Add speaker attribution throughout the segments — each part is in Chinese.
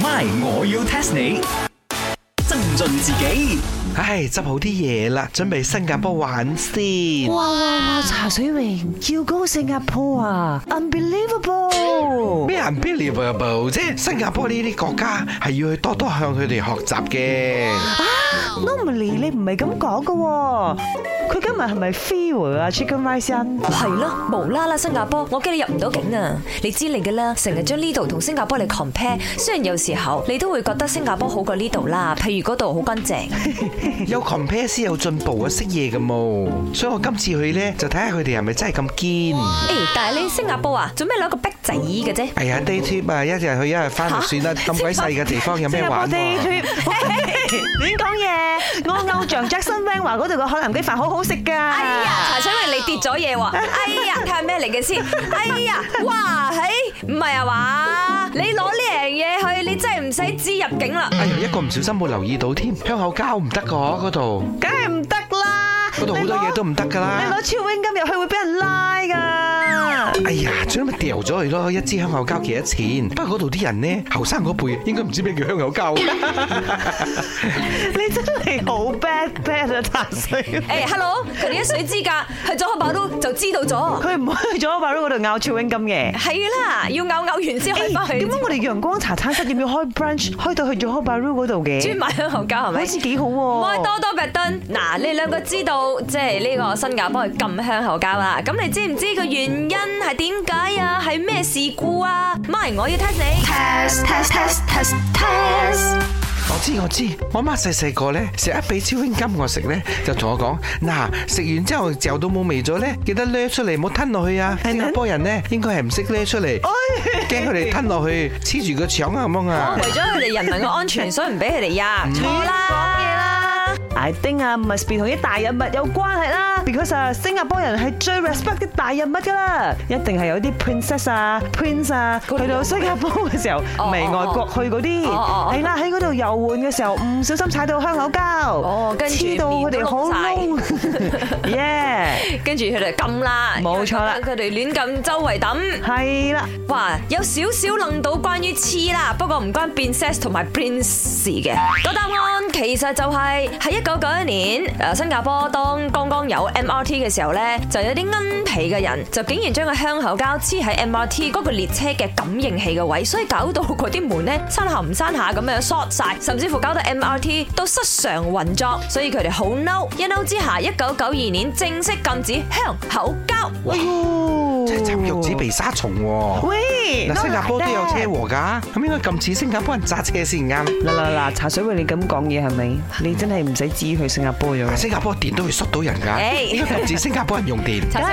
Speaker 1: My，我要 test 你。增進自己
Speaker 2: 唉，執好啲嘢啦，準備新加坡玩先。
Speaker 3: 哇哇哇！茶水榮要高新加坡啊，unbelievable！
Speaker 2: 咩 unbelievable 啫？新加坡呢啲國家係要去多多向佢哋學習嘅。
Speaker 3: Normally 你唔係咁講㗎喎，佢今日係咪 feel 啊 Chicken Rice 因？
Speaker 4: 係咯，無啦啦新加坡，我驚你入唔到境啊！你知你噶啦，成日將呢度同新加坡嚟 compare，雖然有時候你都會覺得新加坡好過呢度啦，譬如嗰度好乾淨。
Speaker 2: 有 compare 先有進步啊，識嘢嘅冇。所以我今次去呢，就睇下佢哋係咪真係咁堅。
Speaker 4: 誒，但係你新加坡啊，做咩攞個逼仔嘅啫？
Speaker 2: 哎呀，day trip 啊，一日去一日翻就算啦，咁 鬼細嘅地方有
Speaker 3: 新
Speaker 2: 咩
Speaker 3: 加坡
Speaker 2: 玩啊
Speaker 3: 地
Speaker 2: 喎？
Speaker 3: 區 亂講嘢，我偶像 Jackson Wang 話嗰度嘅海南雞飯好好食㗎。
Speaker 4: 哎呀，茶水榮你跌咗嘢喎！哎呀，睇下咩嚟嘅先？哎呀，哇，嘿，唔係啊嘛？你攞呢樣嘢去，你真係唔使知入境啦。
Speaker 2: 哎呀，一個唔小心冇留意到添，香口膠唔得㗎嗰度，
Speaker 3: 梗係唔得啦！
Speaker 2: 嗰度好多嘢都唔得㗎
Speaker 3: 你
Speaker 2: 啦
Speaker 3: 攞。超 wing 今日去會俾人拉 㗎。
Speaker 2: 哎呀，最屘咪掉咗佢咯，一支香口膠幾多錢？不過嗰度啲人呢，後生嗰輩應該唔知咩叫香口膠。
Speaker 3: 你真係好 bad bad 啊，茶水。
Speaker 4: 誒，hello，佢哋一水之隔，去咗漢堡都就知道咗。
Speaker 3: 佢唔 去咗巴魯嗰度拗超 wing 咁嘅。
Speaker 4: 係啦，要咬咬完先可以翻
Speaker 3: 誒
Speaker 4: 去
Speaker 3: 點哎解。我哋陽光茶餐室要唔要開 brunch 開到去咗 b a r u 嗰度
Speaker 4: 專
Speaker 3: 嘅？
Speaker 4: 買香口膠係咪？
Speaker 3: 好似幾好喎
Speaker 4: 唔係多多白敦，嗱你兩個知道即係呢個新加坡係禁香口膠啦，咁你知唔知個原因係點解啊？係咩事故啊？咪我要 test 你。
Speaker 5: test test test test test
Speaker 2: 我知我知，我媽細細個呢，成日俾超英金我食呢，就同我講：嗱，食完之後嚼到冇味咗呢，記得掠出嚟，冇吞落去啊！新加坡人呢，應該係唔識掠出嚟，驚佢哋吞落去黐住個腸啊咁樣啊！
Speaker 4: 為咗佢哋人民嘅安全，所以唔俾佢哋呀。錯啦，
Speaker 3: I think 啊，must be 同啲大人物有關係啦，because 啊，新加坡人係最 respect 啲大人物噶啦，一定係有啲 princess 啊、prince 啊，
Speaker 4: 嗰度
Speaker 3: 去到新加坡嘅時候，
Speaker 4: 哦
Speaker 3: 唔係外國去嗰啲，
Speaker 4: 哦哦哦
Speaker 3: 係啦，喺嗰度遊玩嘅時候唔小心踩到香口膠，
Speaker 4: 哦跟住
Speaker 3: 黐到佢哋好窿
Speaker 4: 面
Speaker 3: ，yeah，
Speaker 4: 跟住佢哋禁啦，
Speaker 3: 嗯冇錯啦
Speaker 4: 佢哋亂禁周圍抌。
Speaker 3: 係啦，
Speaker 4: 哇，有少少諗到關於黐啦，不過唔關 princess 同埋 prince 事嘅。個答案其實就係喺一九九一年，誒新加坡當剛剛有 MRT 嘅時候呢，就有啲奀皮嘅人就竟然將個香口膠黐喺 MRT 嗰個列車嘅感應器嘅位，所以搞到嗰啲門呢，閂下唔閂下咁樣 short 晒，甚至乎搞到 MRT 都失常運作，所以佢哋好嬲。一嬲之下，一九九二年正式禁止香口膠。
Speaker 3: 哎呦，
Speaker 2: 真係插肉子被沙蟲喎！
Speaker 3: 喂，
Speaker 2: 嗱，新加坡都有車
Speaker 3: 嗱
Speaker 2: 禍㗎，咁應該禁止新加坡人揸車先啱。
Speaker 3: 嗱嗱，茶水妹你咁講嘢係 咪？你真係唔使指去新加坡咗。
Speaker 2: 新加坡電都會摔到人㗎，
Speaker 4: 誒
Speaker 2: 應該禁止新加坡人用電。
Speaker 4: 查出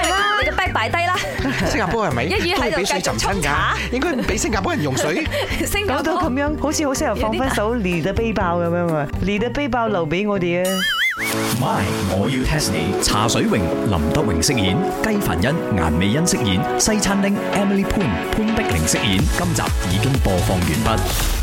Speaker 4: 你個 bag 擺低啦。
Speaker 2: 新加坡係咪
Speaker 4: 一於喺
Speaker 2: 都
Speaker 4: 度
Speaker 2: 會俾水浸親
Speaker 4: 繼續沖
Speaker 2: 㗎
Speaker 4: 茶？
Speaker 2: 應該唔俾新加坡人用水。
Speaker 4: 新
Speaker 3: 搞
Speaker 4: 加
Speaker 3: 到
Speaker 4: 坡
Speaker 3: 咁樣，好似好適合放分手，你的背包咁樣啊！你的背包留俾我哋啊！
Speaker 1: ，My，我要 test 你。茶水榮、林德榮飾演，雞凡欣、顏美欣飾演，西餐廳 Emily Poon 潘碧玲飾演。今集已經播放完畢。